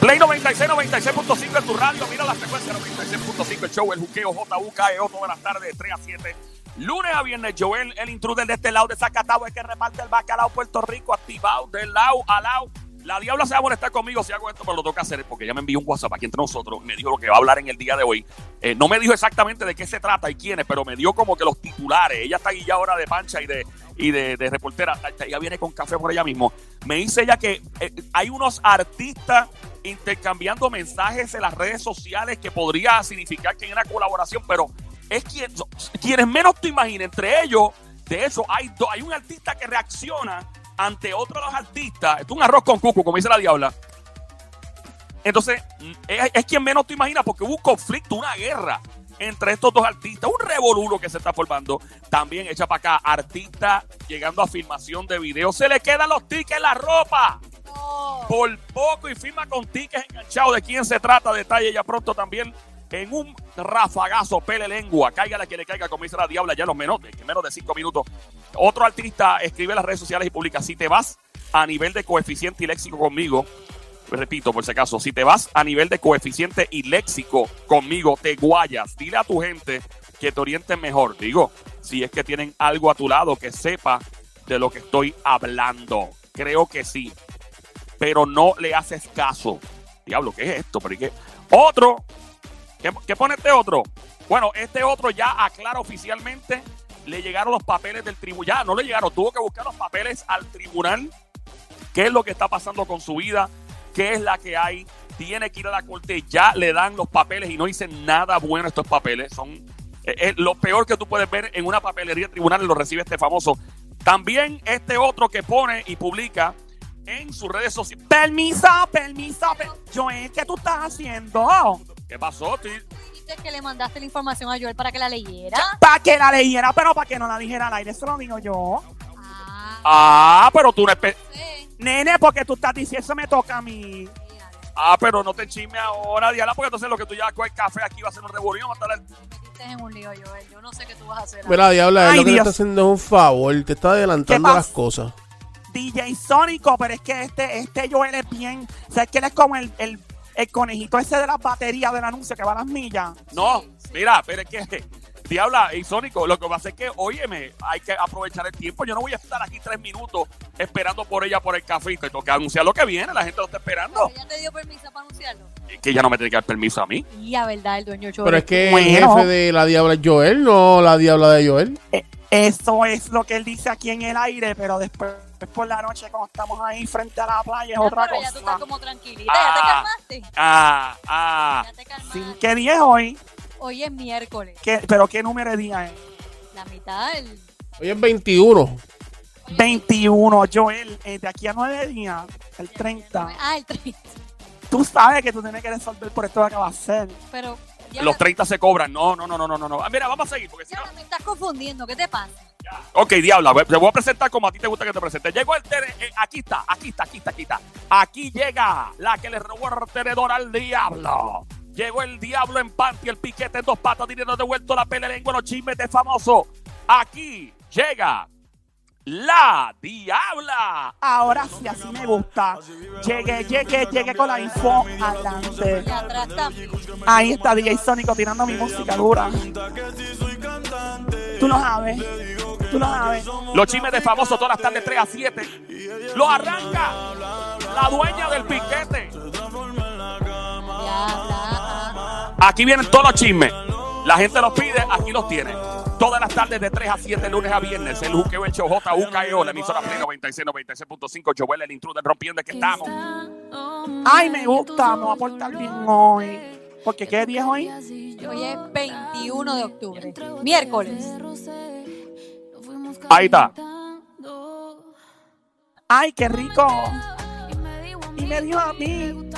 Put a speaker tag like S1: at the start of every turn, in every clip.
S1: Play 96, 96.5 en tu radio. Mira la frecuencia 96.5 el show, el juqueo, JUKEO, todas las tardes, E, de 3 a 7. Lunes a viernes, Joel, el intruder de este lado de Zacatau, el que reparte el bacalao Puerto Rico, activado de lado a lado. La diabla se va a molestar conmigo si hago esto, pero lo tengo que hacer porque ella me envió un WhatsApp aquí entre nosotros. Me dijo lo que va a hablar en el día de hoy. Eh, no me dijo exactamente de qué se trata y quiénes, pero me dio como que los titulares. Ella está guillada ahora de pancha y de, y de, de reportera. Ella viene con café por ella mismo. Me dice ella que eh, hay unos artistas intercambiando mensajes en las redes sociales que podría significar que hay una colaboración, pero es quien, quienes menos te imagines. Entre ellos, de eso, hay, do- hay un artista que reacciona ante otro de los artistas. Esto es un arroz con cuco, como dice la diabla. Entonces, mm, es, es quien menos te imaginas porque hubo un conflicto, una guerra entre estos dos artistas, un revolulo que se está formando. También echa para acá, artista llegando a filmación de video. Se le quedan los tickets en la ropa. Por poco y firma con tickets enganchados. ¿De quién se trata? Detalle ya pronto también. En un rafagazo, pele lengua, caiga la que le caiga, como dice la diabla, ya en los menos de, menos de cinco minutos. Otro artista escribe en las redes sociales y publica, si te vas a nivel de coeficiente y léxico conmigo, repito por si acaso, si te vas a nivel de coeficiente y léxico conmigo, te guayas, dile a tu gente que te orienten mejor, digo, si es que tienen algo a tu lado que sepa de lo que estoy hablando. Creo que sí pero no le haces caso. Diablo, ¿qué es esto? ¿Pero y qué? Otro. ¿Qué, qué pone este otro? Bueno, este otro ya aclara oficialmente. Le llegaron los papeles del tribunal. Ya no le llegaron. Tuvo que buscar los papeles al tribunal. ¿Qué es lo que está pasando con su vida? ¿Qué es la que hay? Tiene que ir a la corte. Ya le dan los papeles y no dicen nada bueno estos papeles. Son eh, eh, lo peor que tú puedes ver en una papelería de tribunal. Lo recibe este famoso. También este otro que pone y publica en sus redes sociales. Permiso, permiso, per- Joel, ¿qué tú estás haciendo? ¿Qué pasó? Estoy-
S2: Dijiste que le mandaste la información a Joel para que la leyera.
S3: Para que la leyera, pero para que no la dijera al aire, eso lo digo yo.
S2: Ah,
S1: Ah, pero tú no espe-
S2: sí.
S3: Nene, porque tú estás diciendo, eso me toca a mí.
S2: Mira,
S1: Ah, pero no te chisme ahora, Diana, porque entonces lo que tú llevas con el café aquí va a ser un revolución. va a estar el-
S2: me metiste en un lío, Joel. Yo no sé qué tú vas a hacer.
S4: Mira, diabla,
S3: Ay,
S4: lo que te
S3: Dios.
S4: está haciendo es un favor, te está adelantando
S3: ¿Qué
S4: las
S3: pasa?
S4: cosas.
S3: DJ Sónico, pero es que este, este Joel es bien. ¿Sabes que él es como el, el, el conejito ese de las baterías del anuncio que va a las millas?
S1: No,
S2: Sí, sí.
S1: mira, pero es que, Diabla y Sónico, lo que pasa es que, óyeme, hay que aprovechar el tiempo. Yo no voy a estar aquí tres minutos esperando por ella por el café. Te toca anunciar lo que viene, la gente lo está esperando.
S2: Pero ¿Ya te dio permiso para anunciarlo?
S1: Y que ella no me tiene que dar permiso a mí.
S2: Y a verdad, el dueño Joel.
S4: Pero es que el
S3: Bueno.
S4: jefe de la diabla es Joel, no la diabla de Joel.
S3: Eh, Eso es lo que él dice aquí en el aire, pero después por la noche, cuando estamos ahí frente a la playa, es
S2: Ah,
S3: otra
S2: pero ya tú
S3: cosa.
S2: estás como tranquilita,
S1: Ah.
S2: ya te calmaste.
S1: Ah, ah.
S2: Ya te calmaste.
S3: Sí, ¿Qué día es hoy?
S2: Hoy es miércoles,
S3: ¿Qué- ¿Pero qué número de día es?
S2: la mitad del...
S4: Hoy es 21.
S3: 21, Joel, eh, de aquí a 9 días, el 30.
S2: Ah, el 30.
S3: Tú sabes que tú tienes que resolver por esto que va a hacer.
S2: Pero ya,
S1: Los 30 se cobran. No, no, no, no, no, no, no. Ah, Mira, vamos a seguir, porque si no.
S2: ya me estás confundiendo, ¿qué te pasa?
S1: Ok, diabla, ve- te voy a presentar como a ti te gusta que te presente. Llegó el tere- eh, aquí está, aquí está, aquí está, aquí está. Aquí llega la que le robó el tenedor al diablo. Llegó el diablo en panty, el piquete en dos patas, dinero devuelto, la pele lengua, los chismes de famoso. Aquí llega la diabla.
S3: Ahora sí, así me gusta. Llegué, llegué, llegué con la info adelante.
S2: Y atrás también.
S3: Ahí está DJ Sónico tirando mi música dura. Tú no sabes. Tú no sabes.
S1: Los chismes de famoso todas las tardes 3 a 7. Lo arranca la dueña del piquete.
S2: Ya, ah, ah.
S1: Aquí vienen todos los chismes. La gente los pide, aquí los tiene. Todas las tardes de 3 a 7, lunes a viernes. El Juqueo, el show JUKEO, la E, emisora Play 96, 96.5. Joel, el intruder rompiendo, es que estamos.
S3: Ay, me gusta. Me voy a portar bien hoy. Porque qué día es hoy?
S2: Hoy es 21 de octubre, miércoles.
S1: Ahí está.
S3: Ay, qué rico. Y me dijo a mí.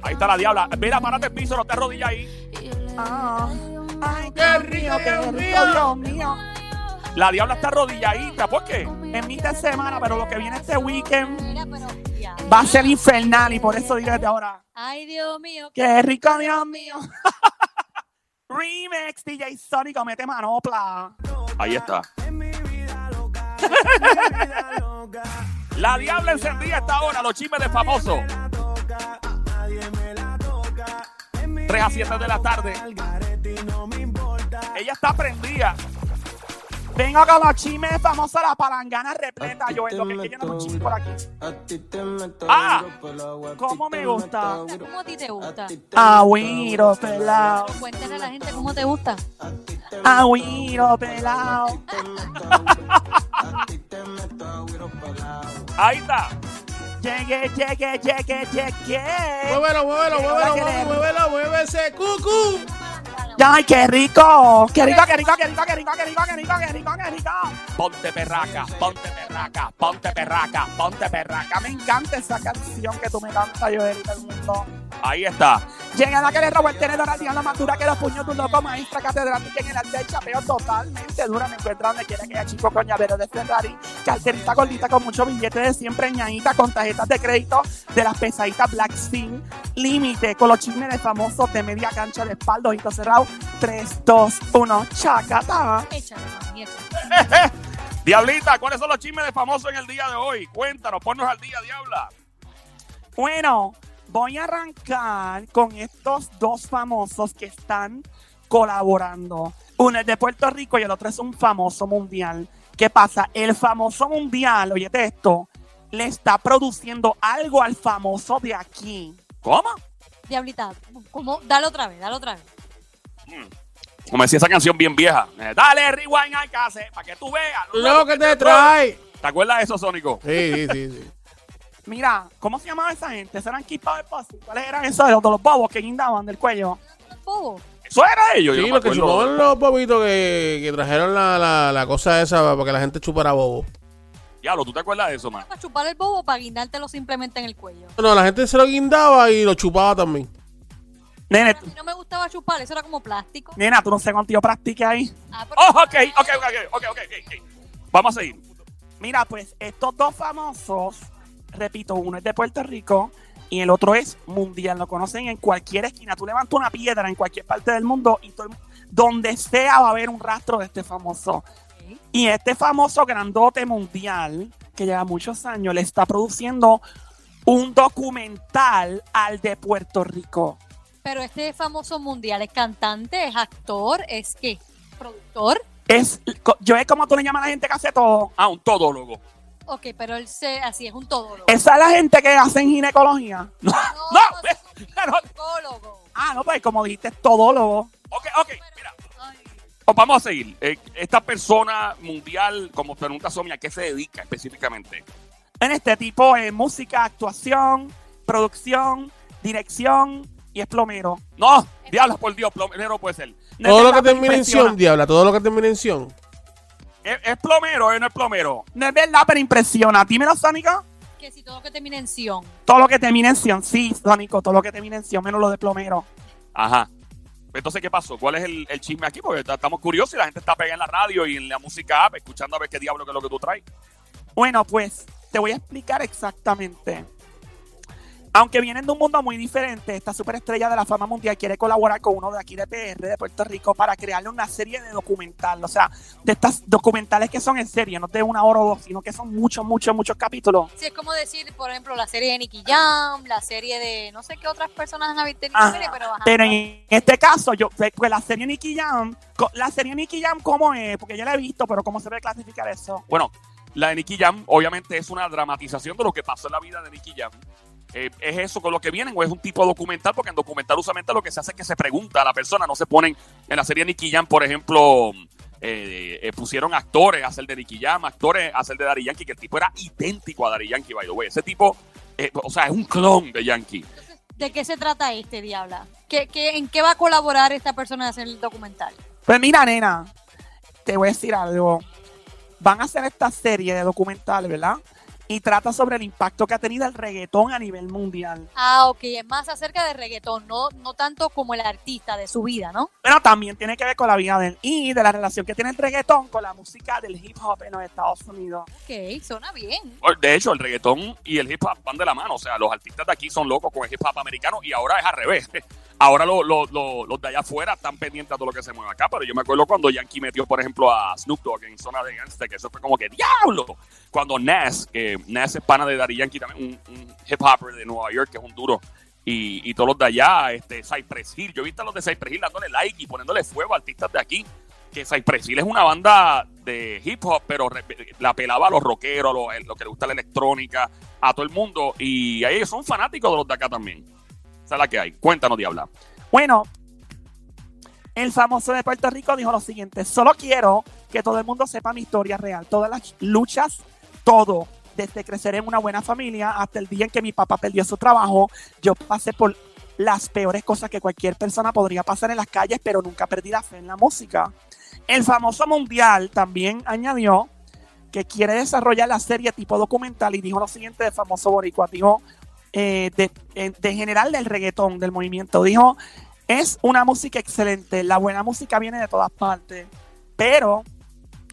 S1: Ahí está la diabla. Mira, párate el piso, no te arrodillas ahí.
S3: ah, ay, qué rico, qué rico, Dios mío.
S1: La diabla está arrodilladita. ¿Por qué?
S3: En mitad de semana, pero lo que viene este weekend
S2: Mira, pero ya.
S3: va a ser infernal y por eso digo desde ahora.
S2: Ay, Dios mío.
S3: Qué rico, Dios mío. Remix, DJ Sónico, mete manopla.
S1: Ahí está. La diabla encendida está ahora, los chismes de famoso. 3 a 7 de la tarde.
S3: Ella está prendida. Vengo con los chismes famosos, la palangana repleta, Joel. Lo que es que llenan los chismes por aquí.
S1: Ah,
S3: ¿cómo me gusta?
S2: ¿Cómo a ti te gusta?
S3: Agüiro pelado,
S2: Cuéntale a la gente cómo te gusta.
S3: agüiro pelado.
S4: pues.
S1: Ahí está.
S3: Llegué, llegué, llegué, llegué.
S4: Muévelo, muévelo,
S3: Ahora que
S4: muévelo,
S3: le-
S4: muévelo, muévese, cucú.
S3: ¡Ay, qué rico! ¡Qué rico, qué rico, qué rico, qué rico, qué rico, qué rico, qué rico, qué rico!
S1: Ponte perraca, ponte perraca, ponte perraca, ponte perraca.
S3: Me encanta esa canción que tú me cantas, Joel, y todo el mundo.
S1: Ahí está.
S3: Llega la que le robó el tenedor al diablo más dura que los puños de un loco maestra catedrática en el arte del chapeo totalmente dura. Me encuentro donde quiera que haya chico con llavero de Ferrari, carterita gordita con muchos billetes de siempre ñañita con tarjetas de crédito de las pesaditas Black Sin Límite con los chismes de famosos de media cancha de espalda, ojito cerrado. 3, 2, 1, chacata.
S2: Échale, mami, échale.
S1: Diablita, ¿cuáles son los chismes de famoso en el día de hoy? Cuéntanos, ponnos al día, diabla.
S3: Bueno, voy a arrancar con estos dos famosos que están colaborando. Uno es de Puerto Rico y el otro es un famoso mundial. ¿Qué pasa? El famoso mundial, oye esto, le está produciendo algo al famoso de aquí.
S1: ¿Cómo?
S2: Diablita, ¿cómo? Dale otra vez, dale otra vez.
S1: Como decía esa canción bien vieja. Eh, Dale, rewind al case, para que tú veas.
S4: Lo que te trae.
S1: ¿Te acuerdas de eso, Sónico?
S4: Sí, sí, sí. sí.
S3: Mira, ¿cómo se llamaba esa gente? ¿Serán Kipa de Posse? ¿Cuáles eran esos de los, de los bobos que guindaban del cuello?
S2: Bobo.
S1: Eso era de ellos. yo
S4: Sí,
S1: no
S4: lo que
S1: me acuerdo.
S4: son los bobitos que, que trajeron la, la, la cosa esa para que la gente chupara bobo.
S1: Diablo, ¿tú te acuerdas de eso, man?
S2: Para chupar el bobo, para guindártelo simplemente en el cuello.
S4: No, la gente se lo guindaba y lo chupaba también.
S3: Nene,
S2: A mí no me gustaba chupar, eso era como plástico.
S3: nena, tú no sé cuánto yo practique ahí.
S2: Ah, pero-
S1: Oh, ok, ok, ok, ok, ok, ok, ok. Vamos a seguir.
S3: Mira, pues estos dos famosos, repito, uno es de Puerto Rico y el otro es mundial. Lo conocen en cualquier esquina. Tú levantas una piedra en cualquier parte del mundo y todo el mu- donde sea va a haber un rastro de este famoso.
S2: Ok.
S3: Y este famoso grandote mundial, que lleva muchos años, le está produciendo un documental al de Puerto Rico.
S2: Pero este famoso mundial es cantante, es actor, es qué? Productor.
S3: Es, co- yo es como tú le llamas a la gente que hace todo.
S1: Ah, un todólogo.
S2: Ok, pero él se, así es un todólogo.
S3: Esa es la gente que hace en ginecología.
S1: ¡No!
S2: no, es un
S1: Claro.
S2: psicólogo.
S3: Ah, no, pues como dijiste, es todólogo.
S1: Ok, ok, mira.
S2: Ay,
S1: Oh, Vamos a seguir. Eh, esta persona mundial, como pregunta Sonia, ¿a qué se dedica específicamente?
S3: en este tipo de música, actuación, producción, dirección y es plomero.
S1: No, diablo, por Dios, plomero puede ser.
S3: No
S4: Todo lo que
S3: verdad, me
S4: termina en
S3: impresiona.
S4: sion, diabla, todo lo que termina en sion.
S1: ¿Es, es plomero o no es plomero?
S3: No es verdad, pero impresiona. Dímelo, Sónico.
S2: que si todo lo que termina en Sion.
S3: Todo lo que termina en sion. Sí, Sónico, todo lo que termina en sion, menos lo de plomero.
S1: Ajá. Entonces, ¿qué pasó? ¿Cuál es el, el chisme aquí? Porque ta- estamos curiosos y la gente está pegada en la radio y en la música app, escuchando a ver qué diablo que es lo que tú traes.
S3: Bueno, pues te voy a explicar exactamente. Aunque vienen de un mundo muy diferente, esta superestrella de la fama mundial quiere colaborar con uno de aquí de PR, de Puerto Rico, para crearle una serie de documental. O sea, de estas documentales que son en serie, no de una hora o dos, sino que son muchos, muchos, muchos capítulos.
S2: Si es como decir, por ejemplo, la serie de Nicky Jam, la serie de no sé qué otras personas han habido
S1: Ah,
S3: Ajá,
S2: pero ajá.
S3: Pero en este caso, yo, pues la serie Nicky Jam, co- la serie Nicky Jam, ¿cómo es? Porque yo la he visto, pero ¿cómo se debe clasificar eso?
S1: Bueno, la de Nicky Jam, obviamente, es una dramatización de lo que pasó en la vida de Nicky Jam. Eh, ¿Es eso con lo que vienen o es un tipo de documental? Porque en documental usualmente lo que se hace es que se pregunta a la persona, no se ponen. En la serie Nicky Jam, por ejemplo, eh, eh, pusieron actores a hacer de Nicky Jam, actores a hacer de Daddy Yankee, que el tipo era idéntico a Daddy Yankee, by the way. Ese tipo, eh, o sea, es un clon de Yankee.
S2: ¿De qué se trata este, Diabla? ¿Qué, qué, en qué va a colaborar esta persona de hacer el documental?
S3: Pues mira, nena, te voy a decir algo. Van a hacer esta serie de documentales, ¿verdad? Y trata sobre el impacto que ha tenido el reggaetón a nivel mundial.
S2: Ah, ok, es más acerca de reggaetón, no, no tanto como el artista de su vida, ¿no?
S3: Pero también tiene que ver con la vida de él y de la relación que tiene el reggaetón con la música del hip hop en los Estados Unidos.
S2: Ok, suena bien.
S1: De hecho, el reggaetón y el hip hop van de la mano. O sea, los artistas de aquí son locos con el hip hop americano y ahora es al revés. Ahora lo- lo- lo- los de allá afuera están pendientes a todo lo que se mueve acá. Pero yo me acuerdo cuando Yankee metió, por ejemplo, a Snoop Dogg en zona de gangsta, que eso fue como que ¡diablo! Cuando Nas, que Nas es pana de Daddy Yankee, también un, un hip hopper de Nueva York, que es un duro. y, y todos los de allá, este, Cypress Hill. Yo he visto a los de Cypress Hill dándole like y poniéndole fuego a artistas de aquí. Que Cypress Hill es una banda de hip hop, pero re- la pelaba a los rockeros, a los, a los que les gusta la electrónica, a todo el mundo. Y ahí son fanáticos de los de acá también. Esa es la que hay. Cuéntanos, Diabla.
S3: Bueno, el famoso de Puerto Rico dijo lo siguiente: Solo quiero que todo el mundo sepa mi historia real, todas las luchas, todo. Desde crecer en una buena familia hasta el día en que mi papá perdió su trabajo, yo pasé por las peores cosas que cualquier persona podría pasar en las calles, pero nunca perdí la fe en la música. El famoso mundial también añadió que quiere desarrollar la serie tipo documental y dijo lo siguiente de famoso boricua, dijo eh, de, eh, de general del reggaetón, del movimiento, dijo es una música excelente. La buena música viene de todas partes. Pero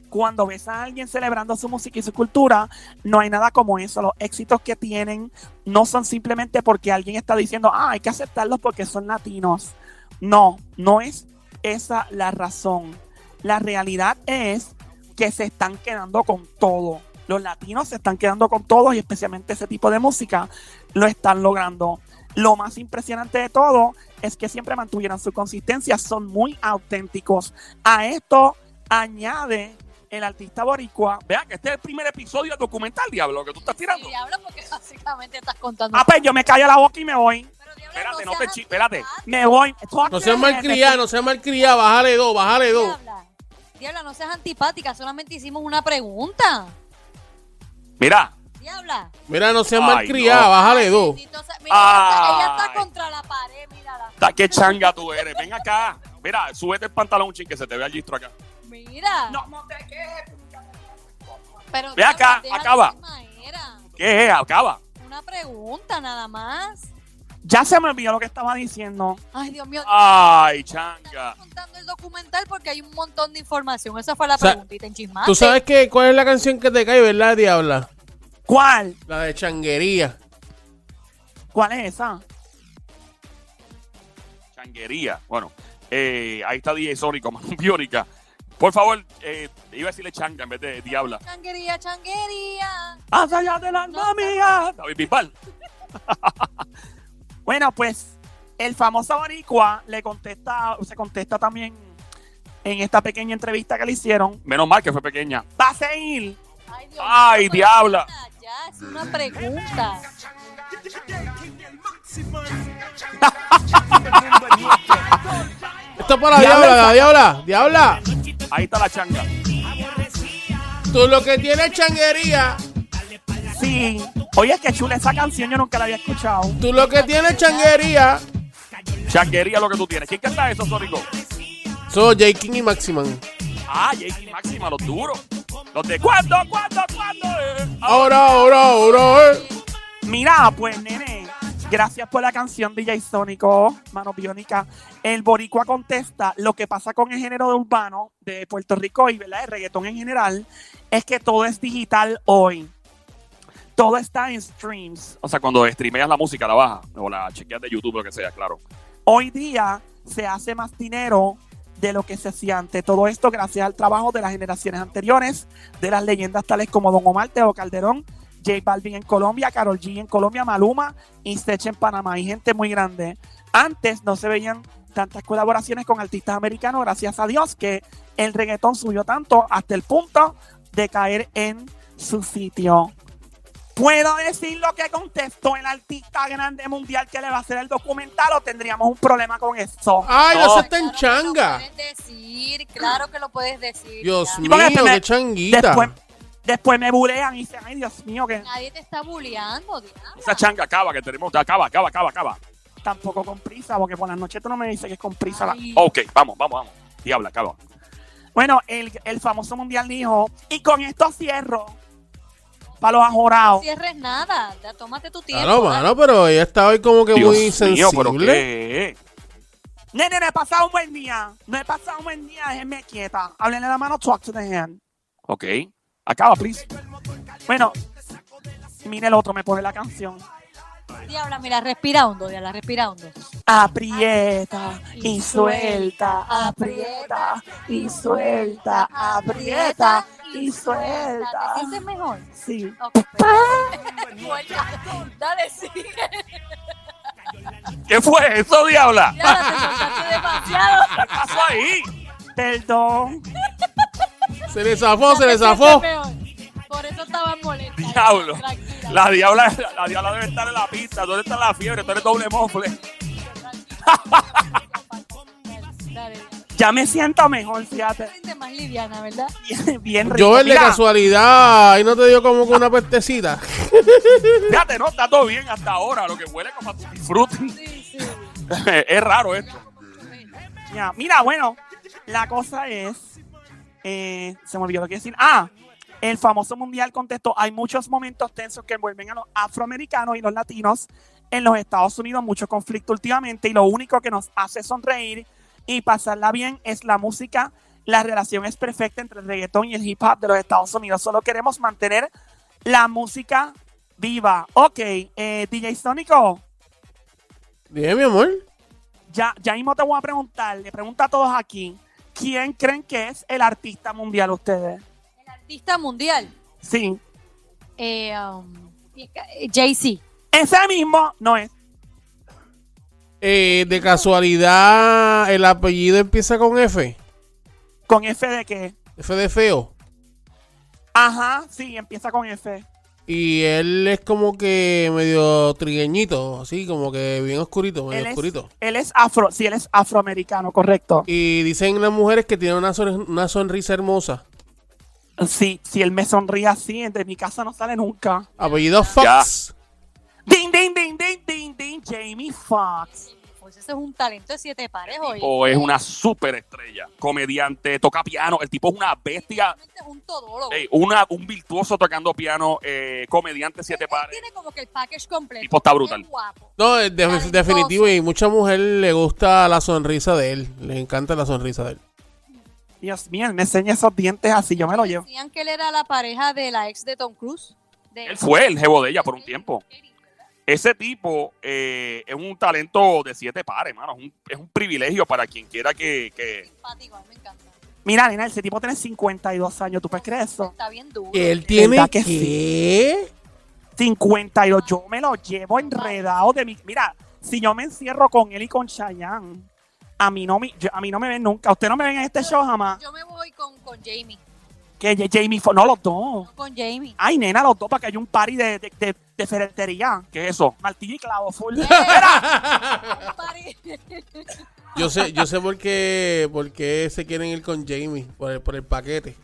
S3: cuando ves a alguien celebrando su música y su cultura, no hay nada como eso. Los éxitos que tienen no son simplemente porque alguien está diciendo, ah, hay que aceptarlos porque son latinos. No, no es esa la razón. La realidad es que se están quedando con todo. Los latinos se están quedando con todo y especialmente ese tipo de música lo están logrando. Lo más impresionante de todo es que siempre mantuvieron su consistencia, son muy auténticos. A esto añade el artista boricua.
S1: Vea que este es el primer episodio del documental, Diablo, que tú estás tirando.
S2: Sí, Diabla, porque básicamente estás contando.
S3: Ah, pues yo me callo la boca y me voy.
S2: Pero, Diabla,
S1: Espérate, no
S2: seas
S1: te chi- espérate.
S2: antipatriota,
S3: Me voy.
S4: No seas malcriada, no seas malcriada, bájale dos, bájale dos.
S2: Diabla. Diabla, no seas antipática, solamente hicimos una pregunta.
S1: Mira,
S2: Diabla.
S4: Mira, no seas
S1: Ay,
S4: malcriada,
S1: no.
S4: bájale dos.
S2: Bendito sea- Mira, ella está- ella
S1: Ay.
S2: está contra la pared, mírala.
S1: ta- qué changa tú eres. Ven acá. Mira, súbete el pantalón, ching, que se te vea el gistro acá.
S2: Mira.
S3: No, no te quejes.
S2: Pero
S1: Ve acá,
S2: déjala de
S1: acaba.
S2: esa manera.
S1: ¿Qué es? Acaba.
S2: Una pregunta nada más.
S3: Ya se me olvidó lo que estaba diciendo.
S2: Ay, Dios mío.
S4: Ah.
S1: Ay, changa.
S2: Estamos contando el documental porque hay un montón de información. Esa fue la
S4: O sea,
S2: preguntita en chismate.
S4: Tú sabes que, cuál es la canción que te cae, ¿verdad, Diabla?
S3: ¿Cuál?
S4: La de changuería.
S3: ¿Cuál es esa?
S1: Changuería. Bueno, eh, ahí está DJ Sónico, Manu Biónica. Por favor, eh, iba a decirle changa en vez de diabla.
S2: Changuería, changuería.
S3: Hasta allá del alma mía.
S1: David Bisbal.
S3: Bueno, pues el famoso boricua le contesta, se contesta también en esta pequeña entrevista que le hicieron.
S1: Menos mal que fue pequeña.
S3: Va a seguir
S2: Ay, Dios
S1: Ay,
S2: mío, pero
S1: diabla.
S2: mira, Ya, es una pregunta.
S4: Esto es para
S3: Diabla,
S4: Diabla, Diabla, Diabla.
S1: Ahí está la changa.
S4: Tú lo que tienes es changuería.
S3: Sí. Oye, qué chula esa canción, yo nunca la había escuchado.
S4: Tú lo que tienes es changuería.
S1: Changuería lo que tú tienes. ¿Quién canta eso, Sónico?
S4: Son J. King y Maximan.
S1: Ah, Jake y Máxima, los duros. Los de cuándo, cuándo, cuándo. eh? Ah,
S4: Ahora, ahora, ahora. eh.
S3: Mira, pues, nene, gracias por la canción DJ Sónico, mano biónica. El boricua contesta, lo que pasa con el género de urbano de Puerto Rico y ¿verdad? el reggaetón en general, es que todo es digital hoy. Todo está en streams.
S1: O sea, cuando streameas la música, la baja. O la chequeas de YouTube, lo que sea, claro.
S3: Hoy día se hace más dinero de lo que se hacía antes. Todo esto gracias al trabajo de las generaciones anteriores, de las leyendas tales como Don Omar, Teo Calderón, J Balvin en Colombia, Carol G en Colombia, Maluma y Sech en Panamá. Y gente muy grande. Antes no se veían tantas colaboraciones con artistas americanos, gracias a Dios que el reggaetón subió tanto hasta el punto de caer en su sitio. ¿Puedo decir lo que contestó el artista grande mundial que le va a hacer el documental o tendríamos un problema con eso?
S4: Ay,
S1: No.
S2: Oh.
S4: eso está en
S2: Claro que lo
S4: changa.
S2: puedes decir, claro que lo puedes decir.
S4: Dios
S2: ya.
S4: mío,
S3: porque me-
S4: qué changuita.
S3: Después, después me bulean y dicen, ay Dios mío, que
S2: Nadie te está bulleando, diabla.
S1: Esa changa acaba que tenemos. Acaba, acaba, acaba, acaba.
S3: tampoco con prisa, porque por las noches tú no me dices que es con prisa. la-
S2: Ay,
S1: Ok, vamos, vamos, vamos. Diabla, acaba.
S3: Bueno, el, el famoso mundial dijo, y con esto cierro para los
S2: No
S3: ajorados.
S2: cierres nada, ya tómate tu tiempo.
S4: Claro,
S2: dale.
S4: mano, pero ella está hoy como que muy
S1: Dios mío, pero
S4: sensible.
S1: qué.
S3: Nene, no he pasado un buen día. No he pasado un buen día, déjenme quieta. Háblenle la mano, talk to the hand.
S1: Ok. Acaba, please.
S3: Bueno, mire el otro, me pone la canción.
S2: Diabla, mira, respira hondo, diabla, respira hondo.
S3: Aprieta y suelta, aprieta y suelta, aprieta y
S2: ¿Te
S3: suelta.
S2: sientes mejor?
S3: Sí. Ah.
S2: Ok, perfecto. Vuelta. Dale, sigue.
S1: ¿Qué fue eso, diabla?
S2: Diabla, te soltaste demasiado.
S1: ¿Qué pasó ahí?
S3: Perdón.
S4: Se le zafó, se le
S2: Te sientes
S4: zafó.
S2: peor. Por eso estabas molesta.
S1: Diablo.
S2: Tranquila.
S1: La diabla, la, diabla debe estar en la pista. ¿Dónde está la fiebre? Tú eres doble mofle.
S2: Dale, dale.
S3: Ya me siento mejor, fíjate.
S2: Gente más liviana, ¿verdad?
S3: Bien, bien rico.
S4: Joel, de
S3: Mira,
S4: casualidad, ahí no te dio como que una pestecita.
S1: Fíjate, no, está todo bien hasta ahora. Lo que huele como a tutti frutti.
S2: Sí, sí.
S1: es raro esto.
S3: ya, Mira, bueno, la cosa es. eh, se me olvidó lo que decir. Ah, el famoso mundial contestó: hay muchos momentos tensos que envuelven a los afroamericanos y los latinos en los Estados Unidos, mucho conflicto últimamente, y lo único que nos hace sonreír y pasarla bien es la música. La relación es perfecta entre el reggaetón y el hip hop de los Estados Unidos. Solo queremos mantener la música viva. Ok, eh, DJ Sónico.
S4: Bien, mi amor.
S3: Ya, ya mismo te voy a preguntar, le pregunto a todos aquí, ¿quién creen que es el artista mundial ustedes?
S2: El artista mundial.
S3: Sí.
S2: Eh, um, Jay-Z.
S3: Ese mismo no es.
S4: Eh, de casualidad, el apellido empieza con F.
S3: ¿Con F de qué?
S4: F de feo.
S3: Ajá, sí, empieza con F.
S4: Y él es como que medio trigueñito, así como que bien oscurito, medio
S3: Él es,
S4: oscurito.
S3: él es afro, sí, él es afroamericano, correcto.
S4: Y dicen las mujeres que tiene una, sor- una sonrisa hermosa.
S3: Sí, si él me sonríe así, de mi casa no sale nunca.
S4: Apellido Fox.
S3: Ding, ding, ding, ding, ding, ding, Jamie Fox.
S2: Pues ese es un talento de siete pares hoy.
S1: O es una superestrella. Comediante, toca piano. El tipo es una bestia.
S2: Realmente es un todólogo.
S1: Ey, una, un virtuoso tocando piano. eh, comediante, siete
S2: Él
S1: pares.
S2: Tiene como que el package completo.
S1: Tipo está brutal.
S2: Bien guapo.
S4: No, es de-
S2: Talentoso.
S4: definitivo. Y mucha mujer le gusta la sonrisa de él. Le encanta la sonrisa de él.
S3: Dios mío, él me enseña esos dientes así, yo me lo llevo.
S2: Decían que él era la pareja de la ex de Tom Cruise. De-
S1: Él fue el jevo de ella por un tiempo. Ese tipo eh, es un talento de siete pares, hermano. Es un, es un privilegio para quien quiera que, que-
S2: Simpático, a mí me encanta.
S3: Mira, nena, ese tipo tiene 52 años, ¿tú puedes creer Pues eso?
S2: Está bien duro.
S4: Él tiene
S3: ¿Verdad
S4: que.
S3: que
S4: ¿Qué?
S3: 52, yo me lo llevo enredado de mi. Mira, si yo me encierro con él y con Chayanne, a mí no me, yo- a mí no me ven nunca. Usted no me ven en este show jamás.
S2: Yo me voy con, con Jamie.
S3: Que J- Jamie Foxx, no los dos.
S2: Con Jamie.
S3: Ay, nena, los dos, para que haya un party de, de, de, de ferretería.
S1: que es eso.
S3: Martillo y clavo full.
S2: Pare-
S4: Yo sé, yo sé por qué, por qué se quieren ir con Jamie. Por el, por el paquete.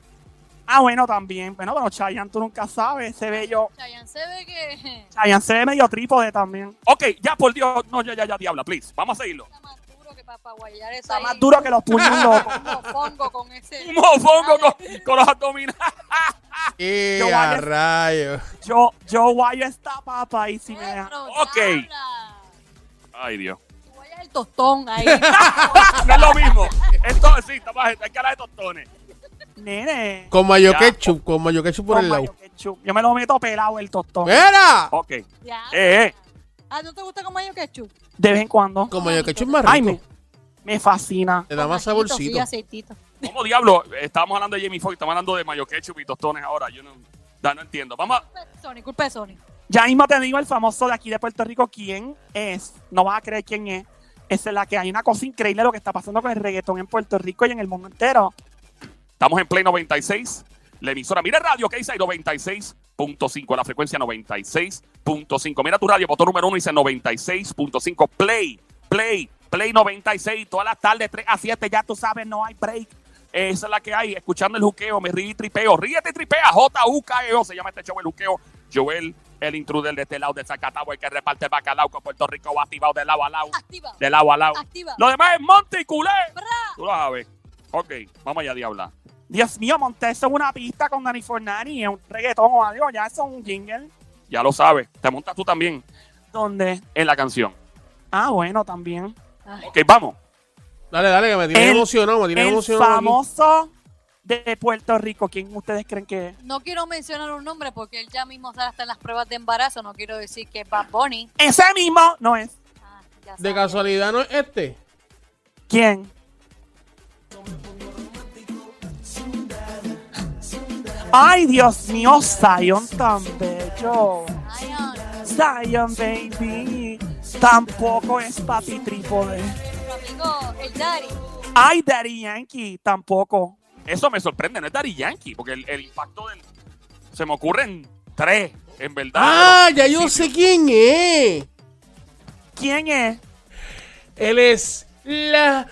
S3: ah, bueno, también. Bueno, pero Chayanne, tú nunca sabes. Se ve yo.
S2: Chayanne se ve que
S3: Chayanne se ve medio trípode también.
S1: Ok, ya por Dios. No, ya, ya, ya, diabla, please. Vamos a seguirlo.
S2: está más duro que para guayar esa.
S3: Está más duro que los puños locos.
S2: pongo con ese.
S1: Un mofongo con, con los abdominales.
S3: Ah,
S4: ¡Qué
S3: Yo voy
S4: Eh, a
S3: a-
S4: rayos!
S3: Yo, yo guayo esta papa y si me
S2: Pero,
S3: deja.
S1: Ok.
S2: diabla.
S1: Ay, Dios.
S2: Tú guayas el tostón ahí.
S1: No es lo mismo. Esto sí, está más, hay cara de tostones.
S3: Nene.
S4: Con mayo
S1: Ya.
S4: ketchup, con mayo ketchup por
S3: con
S4: el
S3: mayo
S4: lado.
S3: ketchup. Yo me lo meto pelado el tostón.
S4: ¡Mira!
S1: Ok. Eh,
S2: Diabla.
S1: eh.
S2: Ah, ¿no te gusta con mayo ketchup?
S3: De vez en cuando.
S4: Con mayo ketchup más rico.
S3: Ay, me, me fascina.
S4: Te da más
S2: Con ajito,
S4: saborcito.
S2: Sí, aceitito.
S1: ¿Cómo diablo? Estábamos hablando de Jamie Foxx, estamos hablando de mayo ketchup y tostones ahora. Yo no, da, no entiendo. Vamos a.
S2: Culpa de Sony, culpa de Sony.
S3: Ya mismo te digo el famoso de aquí de Puerto Rico, ¿quién es? No vas a creer quién es. Esa es la que hay una cosa increíble lo que está pasando con el reggaetón en Puerto Rico y en el mundo entero.
S1: Estamos en Play 96, la emisora. Mira radio que dice ahí, 96.5, la frecuencia 96.5. Mira tu radio, botón número uno dice 96.5. Play, Play, Play 96. Todas las tardes, 3 a 7, ya tú sabes, no hay break. Esa es la que hay, escuchando el juqueo, me ríe y tripeo. Ríete y tripea, J-U-K-E-O, se llama este show el juqueo. Joel, el intruder de este lado de Zacatau, el que reparte el bacalao con Puerto Rico, va activado de lado a lado,
S2: Activa.
S1: de lado a lado.
S2: Activa.
S1: Lo demás es monte y culé.
S2: Bra.
S1: Tú lo sabes. Ok, vamos allá, diabla.
S3: Dios mío, monté eso en una pista con Dani Fornari, en un reggaetón o algo, ya eso es un jingle.
S1: Ya lo sabes. Te montas tú también
S3: Donde,
S1: en la canción.
S3: ah, bueno, también.
S2: Ay,
S1: Ok, vamos.
S4: Dale, dale, que me tiene
S3: El-
S4: emocionado, me tiene
S3: El
S4: emocionado. aquí.
S3: famoso de Puerto Rico, ¿quién ustedes creen que es?
S2: No quiero mencionar un nombre porque él ya mismo sale hasta en las pruebas de embarazo. No quiero decir que es Bad Bunny.
S3: Ese mismo no es.
S2: Ah, ya
S4: De
S2: sabes.
S4: casualidad no es este.
S3: ¿Quién? Ay, Dios mío, Zion tan bello.
S2: Zion.
S3: Zion, baby. Tampoco es papi trípode.
S2: Nuestro amigo, el Dari.
S3: Ay, Daddy Yankee, tampoco.
S1: Eso me sorprende, no es Dari Yankee, porque el, el impacto del. Se me ocurren tres, en verdad.
S4: Ah,
S1: pero-
S4: ya yo
S1: sí,
S4: sé quién es.
S3: ¿Quién es?
S4: Él es la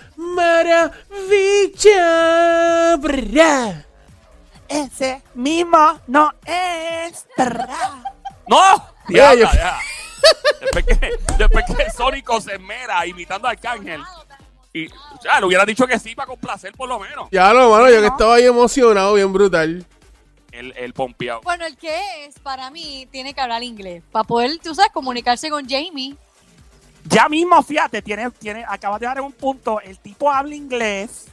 S4: maravilla. Brrra.
S3: Ese mismo no es. Perra.
S1: ¡No! Ya,
S4: Mira, yo-
S1: ya, ya. Después que, después que Sónico se esmera imitando a Arcángel. Y ya, le hubiera dicho que sí para complacer por lo menos.
S4: Ya lo, mano, yo que estaba ahí emocionado, bien brutal.
S1: El, el pompeado.
S2: Bueno, el que es, para mí, tiene que hablar inglés. Para poder, tú sabes, comunicarse con Jamie.
S3: Ya mismo, fíjate, tiene, tiene, acabas de dar un punto. El tipo habla inglés,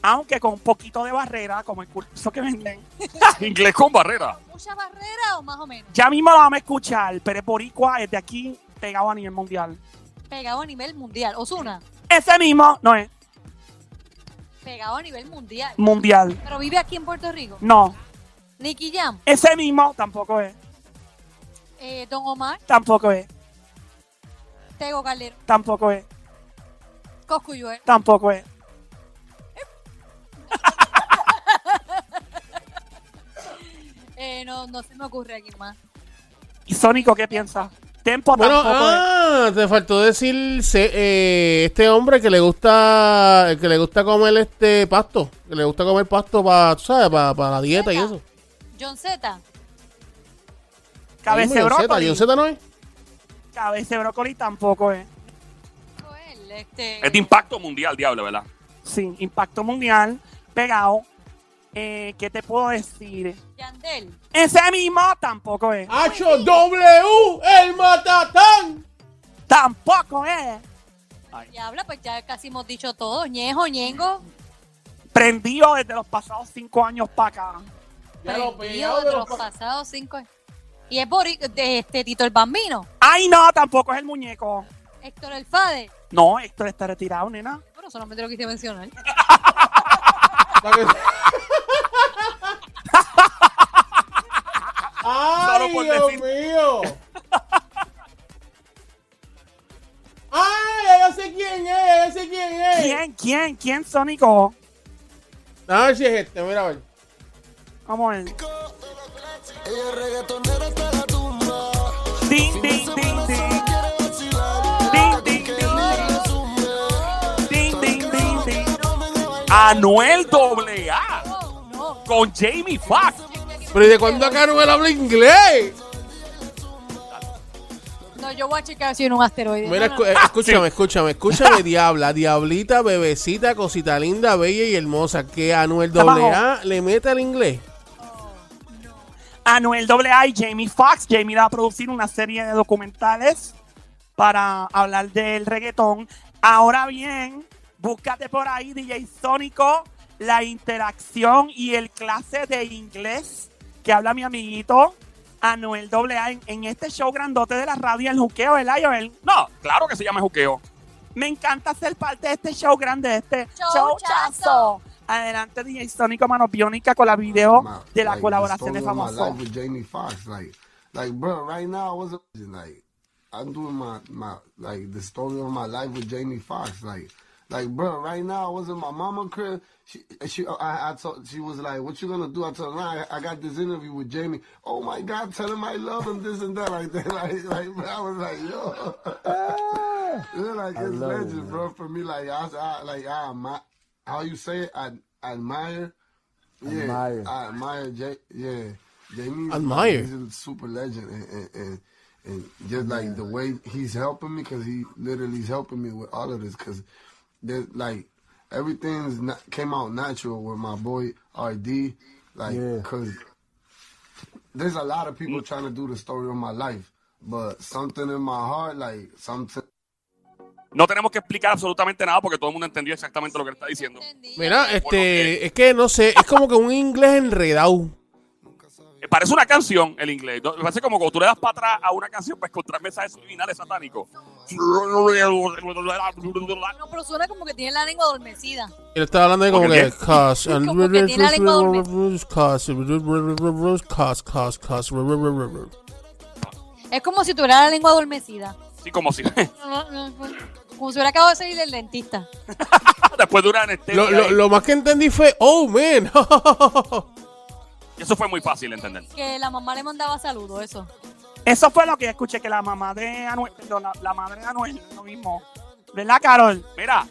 S3: aunque con un poquito de barrera, como el curso que venden.
S1: Ah, Inglés con barrera.
S2: ¿Mucha barrera o más o menos?
S3: Ya mismo lo vamos a escuchar, pero es boricua desde aquí pegado a nivel mundial.
S2: Pegado a nivel mundial. Osuna,
S3: Ese mismo no es
S2: pegado a nivel mundial.
S3: mundial.
S2: Pero vive aquí en Puerto Rico.
S3: No,
S2: Nicky Jam,
S3: ese mismo tampoco es.
S2: eh, Don Omar,
S3: Tampoco es.
S2: Tego Calderón,
S3: Tampoco es.
S2: Coscuyuel.
S3: Tampoco es.
S2: Eh, no, no se me ocurre aquí más.
S3: ¿Y Sónico qué piensa? Tempo
S4: Bueno,
S3: tampoco es.
S4: ah, te faltó decir se- eh, este hombre que le gusta el que le gusta comer este pasto, que le gusta comer pasto para, sabes, para, la dieta y eso.
S2: John Z,
S3: Cabeza de
S4: John Zeta,
S3: brócoli.
S4: John Zeta no es.
S3: Cabeza de brócoli tampoco es.
S2: Joel, este,
S1: Es de impacto mundial, diablo, ¿verdad?
S3: Sí, impacto mundial, pegado. Eh, ¿Qué te puedo decir?
S2: Yandel,
S3: Ese mismo tampoco es.
S4: HW, el matatán.
S3: Tampoco es.
S2: y habla, pues ya casi hemos dicho todo. Ñejo, Ñengo,
S3: Prendido desde los pasados cinco años para acá.
S2: prendido de los pasados cinco años. Y es por de este Tito el Bambino,
S3: Ay, no, tampoco es el muñeco.
S2: Héctor El Fade.
S3: No, Héctor está retirado, nena.
S2: Bueno, solamente lo quise mencionar.
S4: Ay,
S1: Solo por
S4: Dios
S1: decir.
S4: mío. Ay, ya yo sé quién es, ya yo sé quién es.
S3: ¿Quién, quién, quién, Sónico?
S4: A ver si es este, mira a ver.
S3: Vamos a ver.
S5: Ella es reggaetonera hasta la tumba.
S3: Ding, ding, ding, ding.
S5: Quiere vacilar.
S3: Ding, ding, ding,
S5: Ella zumbe.
S3: ding. Ding, ding, ding, ding.
S1: Anuel AA
S2: Oh, no.
S1: con Jamie Foxx.
S4: Pero ¿y de cuándo acá no me habla inglés?
S2: No, yo voy a checar si en un asteroide.
S4: Mira,
S2: No,
S4: escu-
S2: no,
S4: eh, escúchame, escúchame, escúchame, diabla, diablita, bebecita, cosita linda, bella y hermosa, que Anuel AA le mete al inglés.
S3: Anuel AA y Jamie Foxx. Jamie va a producir una serie de documentales para hablar del reggaetón. Ahora bien, búscate por ahí, DJ Sónico, la interacción y el clase de inglés que habla mi amiguito Anuel AA en, en este show grandote de la radio, el juqueo, ¿verdad, Joel?
S1: No, claro que se llama juqueo.
S3: Me encanta ser parte de este show grande, de este
S2: Showchazo.
S3: showchazo. Adelante, DJ Sónico Mano Biónica con la video
S5: My-
S3: de la
S5: like, the
S3: colaboración
S5: story
S3: de
S5: of my
S3: famoso.
S5: life with Jamie Foxx, like, like, bro, right now I wasn't like, I'm doing my my like the story of my life with Jamie Foxx, like, like, bro, right now I was in my mama crib. She she I, I told she was like, what you gonna do? I told her, nah, I, I got this interview with Jamie. Oh my God, tell him I love him, this and that, like that, like, like bro, I was like, yo, yeah, like it's legend, bro. For me, like I, I like I admire how you say it, I, I admire. Yeah,
S6: Admire.
S5: I admire Jay. Yeah, Jamie. is-
S4: Admire.
S5: He's a super legend, and and, and, and just like the way he's helping me, because he literally is helping me with all of this, because there's like everything's not, came out natural with my boy RD, like
S6: Yeah.
S5: because there's a lot of people trying to do the story of my life, but something in my heart, like something.
S1: No tenemos que explicar absolutamente nada porque todo el mundo entendió exactamente lo que le está diciendo. Eh,
S2: entendí.
S4: Mira, este, es que no sé, es como que un inglés enredado.
S1: Eh, Parece una canción el inglés. No, Parece como cuando tú le das para atrás a una canción para encontrar mensajes subliminales satánicos.
S2: No, pero suena como que tiene la lengua adormecida.
S4: Y le estaba hablando de como
S1: Porque
S4: que
S1: tiene-
S4: cos, and-
S2: Como que tiene la lengua
S4: cos, cos, cos, cos, cos.
S2: Es como si tuviera la lengua adormecida.
S1: Sí, como si.
S2: Como si hubiera acabado de salir del dentista.
S1: Después de una anestesia.
S4: Lo, lo-
S1: ahí.
S4: lo más que entendí fue, oh, man.
S1: Eso fue muy fácil de entender.
S2: Que la mamá le mandaba saludos, eso.
S3: Eso fue lo que escuché, que la mamá de Anuel, perdón, la, la madre de Anuel, lo mismo. ¿Verdad, Carol?
S1: Mira,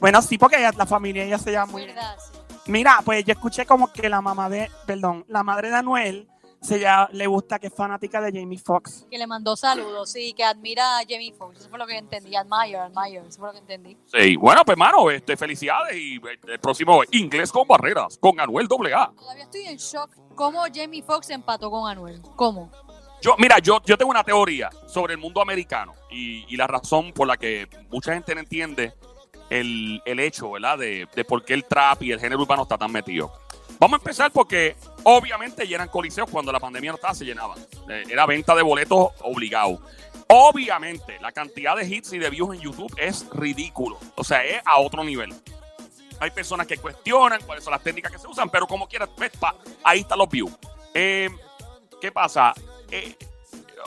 S3: Bueno, sí, porque ella- la familia ella se llama muy bien.
S2: Verdad, sí.
S3: Mira, pues yo escuché como que la mamá de, perdón, la madre de Anuel se llama- le gusta que es fanática de Jamie Foxx.
S2: Que le mandó saludos, sí, que admira a Jamie Foxx. Eso fue lo que entendí. Admire, admire. Eso fue lo que entendí.
S1: sí, bueno, pues, mano, este, felicidades. Y eh, el próximo es Inglés con Barreras, con Anuel AA.
S2: Todavía estoy en shock. ¿Cómo Jamie Foxx empató con Anuel? ¿Cómo?
S1: Yo, mira, yo, yo tengo una teoría sobre el mundo americano y, y la razón por la que mucha gente no entiende el, el hecho, ¿verdad? De, de por qué el trap y el género urbano está tan metido. Vamos a empezar porque obviamente llenan coliseos cuando la pandemia no estaba, se llenaban. Eh, era venta de boletos obligado. Obviamente, la cantidad de hits y de views en YouTube es ridículo. O sea, es a otro nivel. Hay personas que cuestionan cuáles son las técnicas que se usan, pero como quieras, ves, pa, ahí están los views. Eh, ¿Qué pasa? Eh,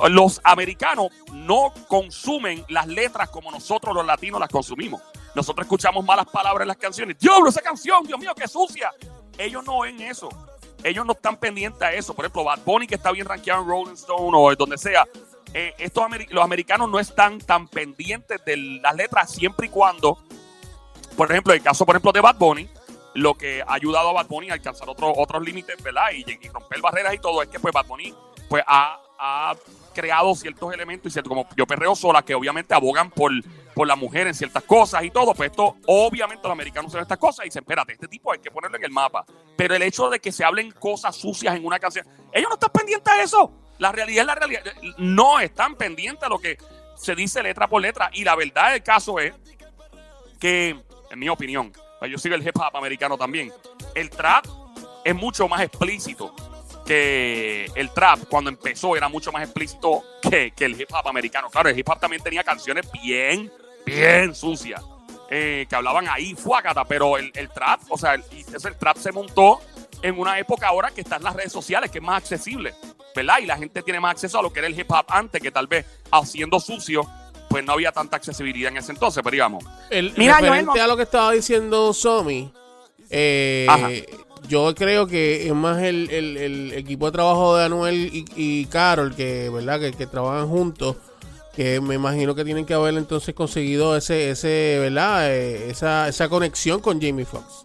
S1: los americanos no consumen las letras como nosotros los latinos las consumimos. Nosotros escuchamos malas palabras en las canciones. Diablo, esa canción, Dios mío, qué sucia. Ellos no ven eso. Ellos no están pendientes a eso. Por ejemplo, Bad Bunny, que está bien rankeado en Rolling Stone o en donde sea. eh, estos ameri- los americanos no están tan pendientes de las letras siempre y cuando, por ejemplo, el caso por ejemplo de Bad Bunny, lo que ha ayudado a Bad Bunny a alcanzar otro- otros límites, ¿verdad? Y, y romper barreras y todo, es que pues Bad Bunny pues, ha, ha creado ciertos elementos y cierto, como yo perreo sola, que obviamente abogan por, por la mujer en ciertas cosas y todo, pues esto, obviamente los americanos saben estas cosas y dicen, espérate, este tipo hay que ponerlo en el mapa. Pero el hecho de que se hablen cosas sucias en una canción, ellos no están pendientes a eso. La realidad es la realidad. No están pendientes a lo que se dice letra por letra. Y la verdad del caso es que, en mi opinión, pues yo sigo el hip hop americano también, el trap es mucho más explícito que el trap cuando empezó era mucho más explícito que, que el hip hop americano. Claro, el hip hop también tenía canciones bien, bien sucias eh, que hablaban ahí, fuácata, pero el, el trap, o sea, el, y eso, el trap se montó en una época ahora que están las redes sociales, que es más accesible, ¿verdad? Y la gente tiene más acceso a lo que era el hip hop antes, que tal vez haciendo sucio, pues no había tanta accesibilidad en ese entonces, pero digamos.
S4: El,
S3: Mira, Joel,
S4: referente
S3: no-
S4: a lo que estaba diciendo Somi, eh,
S1: Ajá.
S4: yo creo que es más el, el- el equipo de trabajo de Anuel y, y Carol, que verdad que, que trabajan juntos, que me imagino que tienen que haber entonces conseguido ese, ese verdad Eh, esa, esa conexión con Jamie Foxx.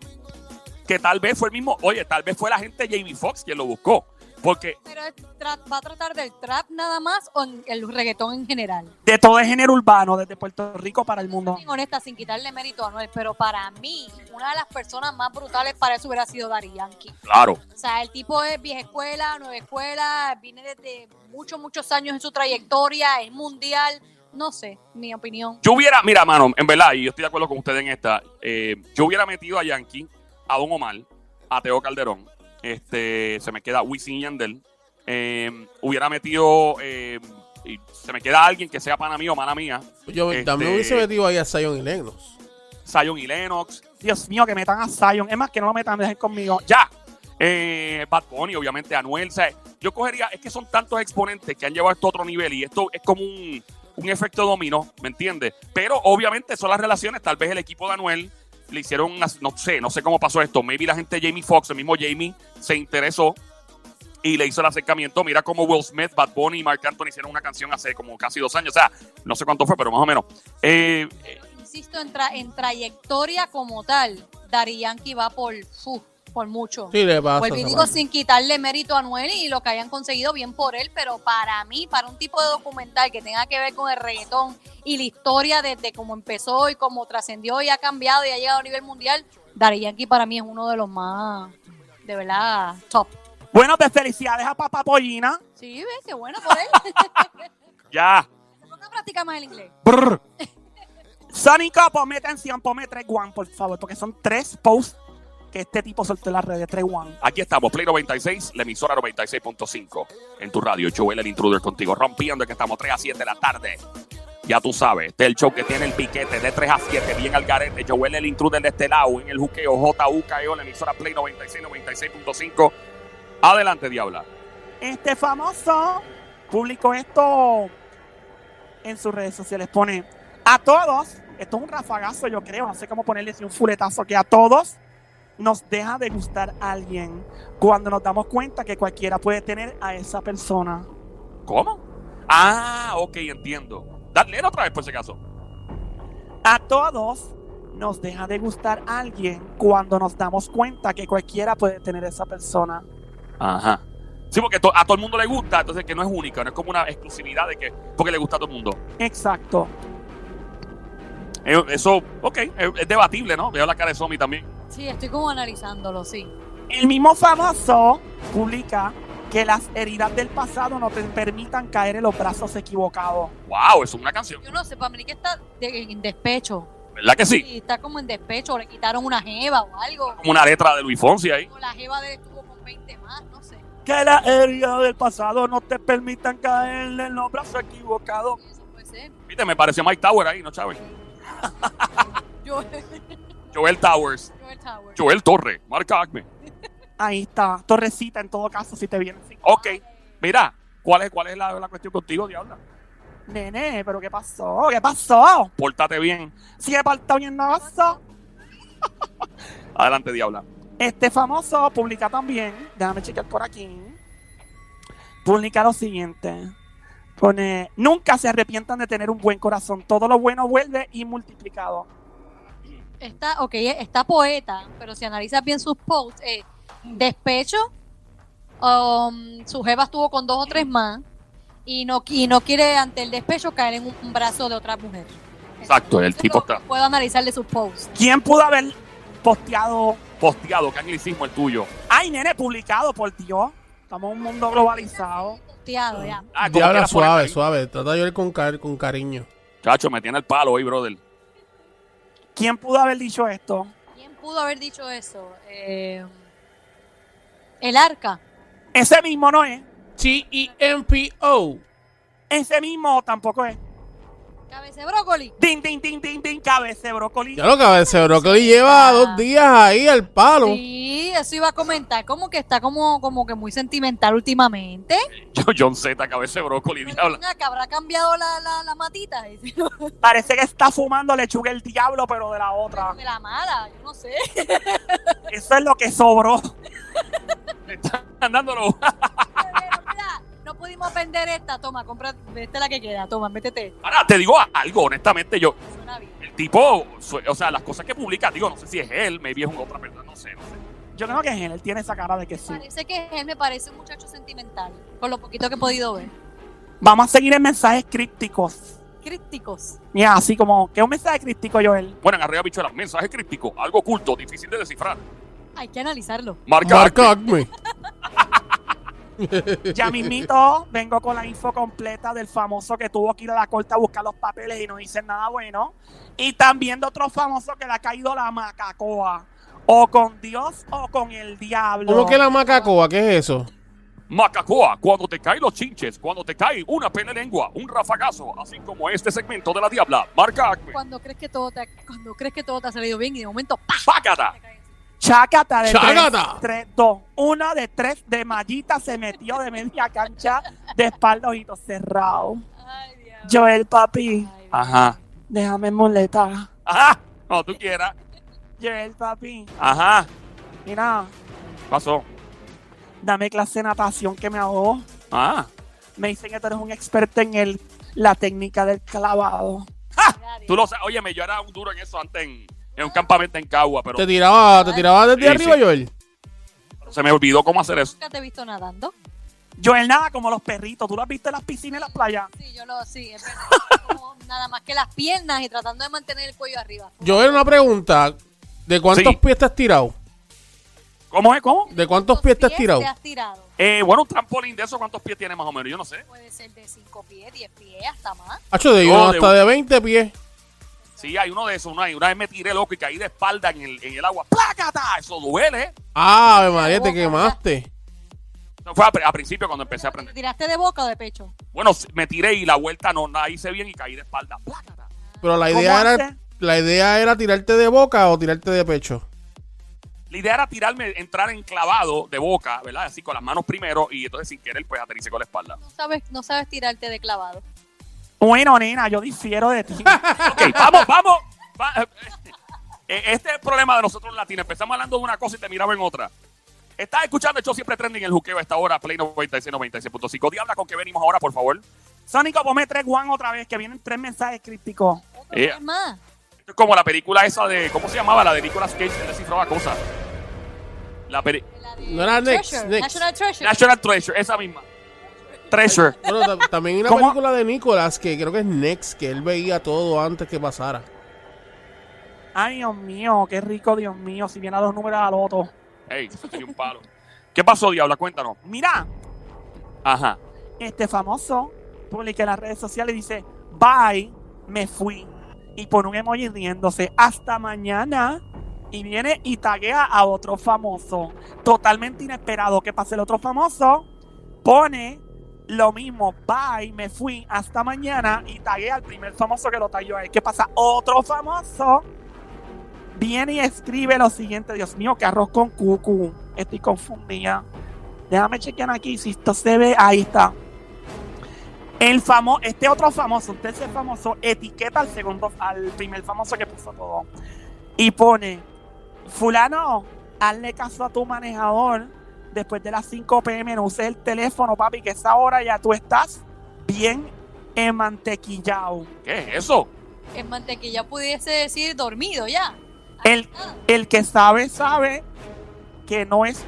S1: que tal vez fue el mismo, oye, tal vez fue la gente de Jamie Foxx quien lo buscó, porque
S2: ¿Pero es tra- va a tratar del trap nada más o en el reggaetón en general?
S3: De todo el género urbano, desde Puerto Rico para el mundo.
S2: Bien honesta, sin quitarle mérito a Anuel, pero para mí, una de las personas más brutales para eso hubiera sido Dari Yankee.
S1: claro,
S2: O sea, el tipo es vieja escuela, nueva escuela, viene desde muchos, muchos años en su trayectoria, es mundial, no sé, mi opinión.
S1: yo hubiera, mira, mano, en verdad, y yo estoy de acuerdo con ustedes en esta, eh, yo hubiera metido a Yankee, a Don Omar, a Teo Calderón, este, se me queda Wisin y Yandel, eh, hubiera metido, eh, y se me queda alguien que sea pana mío o mana mía,
S4: Yo
S1: Este-
S4: también hubiese metido ahí a Zion y Lennox.
S1: Zion y Lennox,
S3: Dios mío, que metan a Zion. Es más, que no lo metan, dejen conmigo.
S1: ya. Eh, Bad Bunny, obviamente, Anuel. O sea, yo cogería, es que son tantos exponentes que han llevado esto a otro nivel y esto es como un, un efecto dominó, ¿me entiendes? Pero obviamente son las relaciones, tal vez el equipo de Anuel le hicieron, unas- no sé, no sé cómo pasó esto. Maybe la gente de Jamie Foxx, el mismo Jamie, se interesó y le hizo el acercamiento. Mira cómo Will Smith, Bad Bunny y Mark Anthony hicieron una canción hace como casi dos años. O sea, no sé cuánto fue, pero más o menos. Eh, eh,
S2: Insisto, en, tra- en trayectoria como tal, Dari Yankee va por, uf, por mucho.
S4: Sí, le pasa.
S2: Vuelvo y
S4: esa
S2: digo
S4: parte.
S2: sin quitarle mérito a Anuel y lo que hayan conseguido bien por él, pero para mí, para un tipo de documental que tenga que ver con el reggaetón y la historia desde cómo empezó y cómo trascendió y ha cambiado y ha llegado a nivel mundial, Daddy Yankee para mí es uno de los más, de verdad, top.
S3: Bueno, pues felicidades a Papá Pollina.
S2: Sí, ves, qué bueno por él.
S1: ya.
S2: ¿Por qué no practica más el inglés?
S3: Sonny Copo, mete atención, ponme 3-1, por favor, porque son tres posts que este tipo soltó en las redes, 3-1.
S1: Aquí estamos, Play 96, la emisora 96.5. En tu radio, Joel el Intruder contigo, rompiendo que estamos 3 a 7 de la tarde. Ya tú sabes, este es el show que tiene el piquete de 3 a 7, bien al garete. Joel el Intruder de este lado, en el juqueo JUKEO, E la emisora Play 96, 96.5. Adelante, Diabla.
S3: Este famoso publicó esto en sus redes sociales. Pone a todos, esto es un rafagazo, yo creo, no sé cómo ponerle así un fuletazo, que a todos nos deja de gustar alguien cuando nos damos cuenta que cualquiera puede tener a esa persona.
S1: ¿Cómo? Ah, ok, entiendo. Dale otra vez por si acaso.
S3: A todos nos deja de gustar alguien cuando nos damos cuenta que cualquiera puede tener esa persona.
S1: Ajá. Sí, porque to- a todo el mundo le gusta, entonces que no es única, no es como una exclusividad de que porque le gusta a todo el mundo.
S3: Exacto.
S1: Eh, Eso, ok, es, es debatible, ¿no? Veo la cara de Somi también.
S2: Sí, estoy como analizándolo, sí.
S3: El mismo famoso publica que las heridas del pasado no te permitan caer en los brazos equivocados.
S1: ¡Wow! Eso es una canción.
S2: Yo no sé, para mí que está de- en despecho.
S1: ¿Verdad que sí?
S2: Sí, está como en despecho, o le quitaron una jeva o algo.
S1: Como una letra de Luis Fonsi ahí.
S2: O la jeva de él estuvo con 20 más, no sé.
S3: Que las heridas del pasado no te permitan caer en los brazos equivocados.
S2: Eso puede ser.
S1: Viste, me pareció Mike Tower ahí, ¿no, Chávez?
S2: Joel,
S1: Joel Towers.
S2: Joel Tower.
S1: Joel Torre. Marca Acme.
S3: Ahí está, torrecita en todo caso si te viene así.
S1: Ok. Mira, ¿cuál es, cuál es la, la cuestión contigo, Diabla?
S3: Nene, pero ¿qué pasó? ¿Qué pasó?
S1: Pórtate bien.
S3: Si he faltado bien no pasó.
S1: Adelante, Diabla.
S3: Este famoso publica también, déjame chequear por aquí, publica lo siguiente. Pone, nunca se arrepientan de tener un buen corazón, todo lo bueno vuelve y multiplicado.
S2: Está, ok, está poeta, pero si analizas bien sus posts, eh, despecho, um, su jeva estuvo con dos o tres más y no, y no quiere ante el despecho caer en un, un brazo de otra mujer.
S1: Exacto, el
S2: Eso es
S1: tipo
S2: lo que
S1: está
S2: Puedo analizarle sus posts.
S3: ¿Quién pudo haber posteado?
S1: posteado. ¿Qué anglicismo el tuyo?
S3: Ay, nene, publicado, por Dios. Estamos en un mundo globalizado.
S2: Posteado, ya.
S1: Ah, como
S4: Diabla,
S1: quieras ponerle
S4: suave,
S1: ahí.
S4: suave. Trata de llorar con, car- con cariño.
S1: Chacho, me tiene el palo hoy, brother.
S3: ¿Quién pudo haber dicho esto?
S2: ¿Quién pudo haber dicho eso? Eh, el arca.
S3: Ese mismo no es.
S1: E
S4: T-E-M-P-O.
S3: Ese mismo tampoco es.
S2: Cabeza de brócoli.
S3: Din, din, din, din, din, cabeza de brócoli.
S4: Ya lo que ese brócoli lleva dos días ahí al palo.
S2: Sí, eso iba a comentar. Como que está como, como que muy sentimental últimamente.
S1: Yo, John Z, cabeza de brócoli,
S2: Pero
S1: Diabla.
S2: ven acá, habrá cambiado la, la, la matita. Dice, no,
S3: Parece que está fumando lechuga el diablo, pero de la otra.
S2: de la mala, yo no sé.
S3: Eso es lo que sobró.
S1: Andándolo.
S2: Pero mira, no pudimos vender esta. Toma, compra, esta es la que queda. Toma, métete. esta,
S1: Ahora, te digo algo, honestamente, yo,
S2: Suena bien.
S1: el tipo, su- o sea, las cosas que publica, digo, no sé si es él, maybe es un otra persona, no sé, no sé.
S3: Yo creo que es él. Él tiene esa cara de que sí.
S2: Parece que él me parece un muchacho sentimental, por lo poquito que he podido ver.
S3: Vamos a seguir en mensajes crípticos.
S2: Críticos.
S3: Mira, así como, ¿qué es un mensaje críptico, Joel?
S1: Bueno, en arriba, bichuelas, mensaje críptico, algo oculto, difícil de descifrar.
S2: Hay que analizarlo.
S1: Marca.
S4: Marca Acme.
S3: Ya mismito vengo con la info completa del famoso que tuvo que ir a la corte a buscar los papeles y no dicen nada bueno. Y también de otro famoso que le ha caído la macacoa. O con Dios o con el diablo.
S4: ¿Cómo que la macacoa? ¿Qué es eso?
S1: Macacoa, cuando te caen los chinches, cuando te cae una pene lengua, un rafagazo, así como este segmento de la diabla. Marca Acme.
S2: Cuando crees que todo te ha, cuando crees que todo te ha salido bien y de momento ¡pa!
S1: Págata.
S2: te cae encima.
S3: Chácata de
S4: Chácata.
S3: 3, 2, 1 de 3 de mallita se metió de media cancha de espalda ojitos cerrado.
S2: Ay, diablo.
S3: Joel, papi,
S2: Ay, Dios.
S1: Ajá.
S3: déjame en muleta.
S1: Ajá. No, tú quieras.
S3: Joel, papi,
S1: Ajá.
S3: mira,
S1: Pasó.
S3: dame clase de natación que me ahogó.
S1: Ah.
S3: Me dicen que tú eres un experto en el, la técnica del clavado.
S2: Mira,
S1: Tú lo sabes. Óyeme, yo era un duro en eso antes en, en un campamento en Cagua, pero
S4: ¿Te tiraba, te tiraba desde
S1: Sí,
S4: arriba,
S1: sí.
S4: Joel?
S1: se me olvidó cómo hacer eso.
S2: Nunca te he visto nadando.
S3: Joel nada como los perritos. ¿Tú lo has visto en las piscinas y en las playas?
S2: Sí, yo lo sí, es verdad. Como nada más que las piernas y tratando de mantener el cuello arriba.
S4: Joel, una pregunta. ¿De cuántos
S1: Sí.
S4: pies te has tirado?
S1: ¿Cómo es? ¿Cómo?
S4: ¿De cuántos pies te has tirado?
S2: Te has tirado.
S1: Eh, bueno, un trampolín de eso, ¿cuántos pies tiene más o menos? Yo no sé.
S2: Puede ser de 5 pies, 10 pies, hasta más.
S4: Hacho, de
S1: No,
S4: uno
S1: de
S4: hasta
S1: un-
S4: de 20 pies.
S1: Sí, hay uno de esos. Una, una vez me tiré loco y caí de espalda en el, en el agua. ¡Plácata! Eso duele. ¿eh?
S4: Ah, Ave María, te
S2: boca,
S4: quemaste.
S1: Eso fue a, pri- a principio cuando empecé a
S2: ¿Te
S1: aprender.
S2: tiraste de boca o de pecho?
S1: Bueno, sí, me tiré y la vuelta no la hice bien y caí de espalda. ¡Plácata!
S4: Pero la
S3: ¿Cómo
S4: idea
S3: hace?
S4: era la idea era tirarte de boca o tirarte de pecho.
S1: La idea era tirarme, entrar enclavado de boca, ¿verdad? Así con las manos primero y entonces sin querer pues aterricé con la espalda.
S2: No sabes, no sabes tirarte de clavado.
S3: Bueno, nena, yo difiero de ti.
S1: Ok, vamos, vamos. Va- eh, eh, este es el problema de nosotros los latinos. Empezamos hablando de una cosa y te miraba en otra. Estás escuchando el show siempre trending el juqueo a esta hora, Play 96, 96.5. Diabla, ¿con qué venimos ahora, por favor?
S3: Sónico, ponme tres Juan otra vez, que vienen tres mensajes crípticos.
S2: Otra
S1: Eh.
S2: vez más.
S1: Esto es como la película esa de... ¿Cómo se llamaba? La de Nicolas Cage que descifraba cosas. La peli-
S2: La de
S4: No era Next,
S2: Treasure,
S4: Next.
S2: National Treasure.
S1: National Treasure, esa misma. Treasure.
S4: Bueno, ta- también hay una
S3: ¿Cómo?
S4: película de Nicolas que creo que es Next, que él veía todo antes que pasara.
S3: Ay, Dios mío, qué rico, Dios mío, si viene a dos números al otro.
S1: Ey, eso sería un palo. ¿Qué pasó, Diabla? Cuéntanos.
S3: Mira,
S1: Ajá.
S3: este famoso publica en las redes sociales y dice, bye, me fui. Y pone un emoji riéndose, hasta mañana. Y viene y taguea a otro famoso. Totalmente inesperado que pase el otro famoso. Pone lo mismo, bye, me fui, hasta mañana. Y taguea al primer famoso que lo tagueó a él. ¿Qué pasa? Otro famoso viene y escribe lo siguiente. Dios mío, que arroz con cucu. Estoy confundida. Déjame chequear aquí si esto se ve. Ahí está. El famoso, este otro famoso, un tercer famoso, etiqueta al segundo, al primer famoso que puso todo. Y pone, fulano, hazle caso a tu manejador. Después de las 5 pm no uses el teléfono, papi, que esa hora ya tú estás bien mantequillado.
S1: ¿Qué es eso?
S2: En mantequilla pudiese decir dormido ya. Ah.
S3: El, el que sabe, sabe que no es...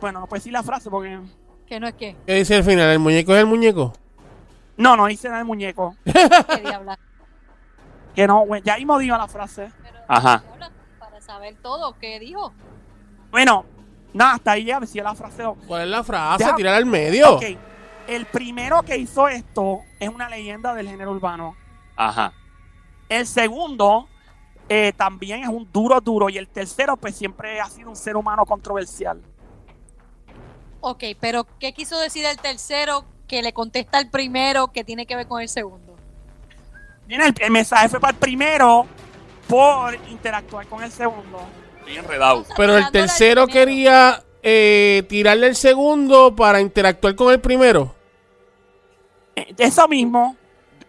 S3: Bueno, no puedo decir la frase porque...
S2: Que no es que.
S4: ¿Qué dice al final? ¿El muñeco es el muñeco?
S3: No, no dice nada del muñeco.
S2: que diabla.
S3: Que no, güey, ya mismo digo la frase.
S2: Pero,
S1: Ajá.
S2: diabla, Para saber todo, ¿qué dijo?
S3: Bueno, nada, hasta ahí ya decía la frase. dos.
S4: ¿Cuál es la frase?
S3: Ya.
S4: Tirar al medio.
S3: Ok, el primero que hizo esto es una leyenda del género urbano.
S1: Ajá.
S3: El segundo eh, también es un duro, duro. Y el tercero, pues siempre ha sido un ser humano controversial.
S2: Ok, pero ¿qué quiso decir el tercero que le contesta al primero que tiene que ver con el segundo?
S3: Mira, el, el mensaje fue para el primero por interactuar con el segundo.
S1: Estoy enredado.
S4: Pero el
S2: Dándole al
S4: tercero
S2: primero.
S4: quería eh, tirarle el segundo para interactuar con el primero.
S3: Eh, Eso mismo.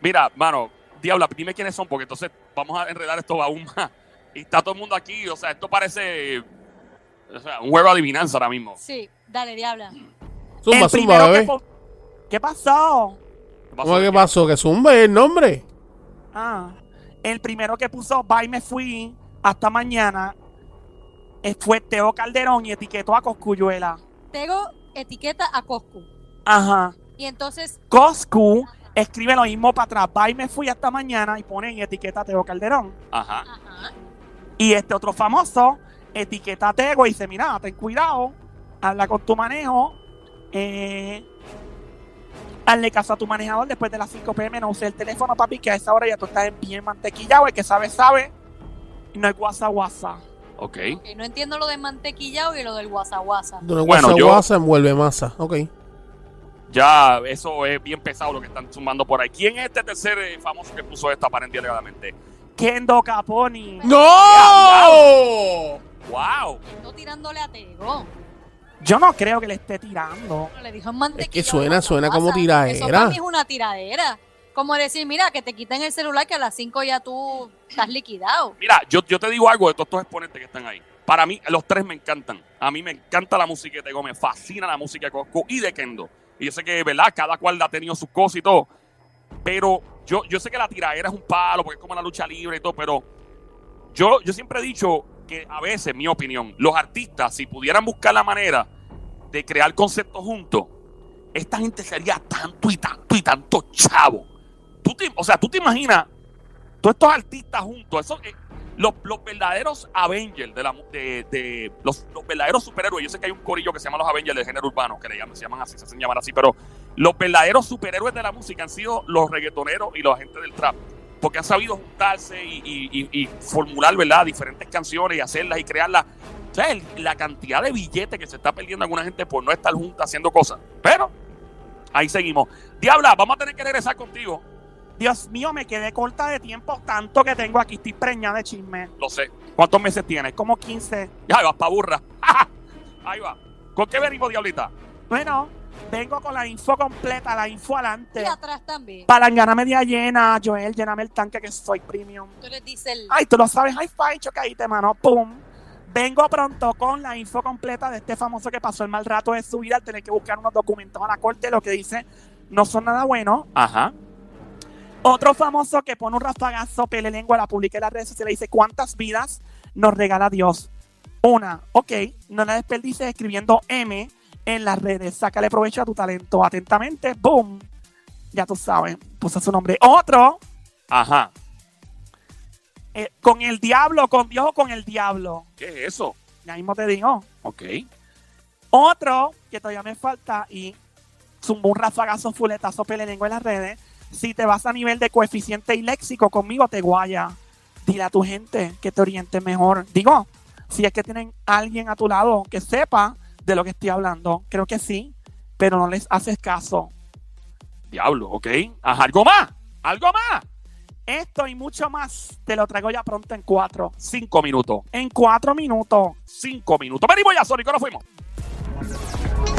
S1: Mira, mano, Diabla, dime quiénes son, porque entonces vamos a enredar esto aún más. Y está todo el mundo aquí, o sea, esto parece o sea, un juego de adivinanza ahora mismo.
S2: Sí, dale, diabla.
S4: Zumba,
S3: el
S4: zumba,
S3: primero que
S4: bebé.
S3: po- ¿Qué pasó?
S1: ¿Qué pasó?
S4: ¿Cómo que pasó? Que zumbe el nombre.
S3: Ah, el primero que puso bye me fui hasta mañana eh, fue Teo Calderón y etiquetó a Coscuyuela.
S2: Tego etiqueta a Coscu.
S3: Ajá.
S2: Y entonces,
S3: Coscu escribe lo mismo para atrás. Bye me fui hasta mañana y pone y etiqueta a Teo Calderón.
S1: Ajá.
S2: ajá.
S3: Y este otro famoso etiqueta a Tego y dice, mira, ten cuidado, habla con tu manejo, eh, hazle caso a tu manejador después de las 5 pm, no use el teléfono, papi, que a esa hora ya tú estás bien mantequillado, el que sabe, sabe, y no es guasa guasa.
S1: Ok.
S2: Ok, no entiendo lo de mantequillado y lo del guasaguasa.
S4: De una
S1: Bueno,
S4: guasa
S1: yo-
S4: guasa envuelve masa. Ok.
S1: Ya, eso es bien pesado lo que están sumando por ahí. ¿Quién es este tercer eh, famoso que puso esta aparente y alegadamente?
S3: Kendo Caponi.
S4: ¡No!
S1: ¡Wow!
S2: No tirándole a Tego.
S3: Yo no creo que le esté tirando.
S2: Le dijo en mantequilla.
S4: Es que suena, suena como
S2: Eso
S4: tiradera.
S2: para mí es una tiradera. Como decir, mira, que te quiten el celular que a las 5 ya tú estás liquidado.
S1: Mira, yo, yo te digo algo de todos estos exponentes que están ahí. Para mí, los tres me encantan. A mí me encanta la música de Tego, me fascina la música de Cosco y de Kendo. Y yo sé que, ¿verdad? Cada cual ha tenido sus cosas y todo. Pero yo, yo sé que la tiraera es un palo, porque es como la lucha libre y todo, pero yo, yo siempre he dicho que a veces, mi opinión, los artistas, si pudieran buscar la manera de crear conceptos juntos, esta gente sería tanto y tanto y tanto chavo. Tú te- o sea, tú te imaginas todos estos artistas juntos, esos, eh, los, los verdaderos Avengers, de la, mu- de, de- los, los verdaderos superhéroes. Yo sé que hay un corillo que se llama los Avengers del género urbano, que le llaman, se llaman así, se hacen llamar así, pero los verdaderos superhéroes de la música han sido los reggaetoneros y la gente del trap, porque han sabido juntarse y, y- y- y formular, ¿verdad?, diferentes canciones y hacerlas y crearlas. O sea, el- la cantidad de billetes que se está perdiendo alguna gente por no estar junta haciendo cosas. Pero ahí seguimos. Diabla, vamos a tener que regresar contigo.
S3: Dios mío, me quedé corta de tiempo tanto que tengo aquí. Estoy preñada de chisme.
S1: Lo sé.
S3: ¿Cuántos meses tienes? Como 15.
S1: Ya vas pa' burra. Ahí va. ¿Con qué venimos, diablita?
S3: Bueno, Vengo con la info completa, la info
S2: Y
S3: adelante.
S2: atrás también.
S3: Palangana media llena, Joel, lléname el tanque que soy premium.
S2: Tú eres
S4: Ah,
S2: diésel.
S3: Ay, tú lo sabes, high five, chocaíte, mano, pum. Vengo pronto con la info completa de este famoso que pasó el mal rato de su vida al tener que buscar unos documentos a la corte, lo que dice no son nada buenos.
S1: Ajá.
S3: Otro famoso que pone un raspagazo, pele lengua, la publica en las redes sociales y dice, ¿cuántas vidas nos regala Dios? Una, ok, no la desperdices escribiendo M en las redes, sácale provecho a tu talento, atentamente, boom, ya tú sabes, puso su nombre. Otro,
S1: Ajá.
S3: eh, con el diablo, con Dios o con el diablo,
S1: ¿Qué es eso?
S3: ya mismo te digo.
S1: Ok.
S3: Otro que todavía me falta y zumbó un rafagazo, fuletazo, pelelengua en las redes. Si te vas a nivel de coeficiente y léxico conmigo, te guaya. Dile a tu gente que te oriente mejor. Digo, si es que tienen alguien a tu lado que sepa de lo que estoy hablando, creo que sí, pero no les haces caso.
S1: Diablo, ok. Ajá, algo más. Algo más.
S3: Esto y mucho más te lo traigo ya pronto en cuatro.
S1: Cinco minutos.
S3: En cuatro minutos.
S1: Cinco minutos. Venimos ya, Sónico, nos fuimos.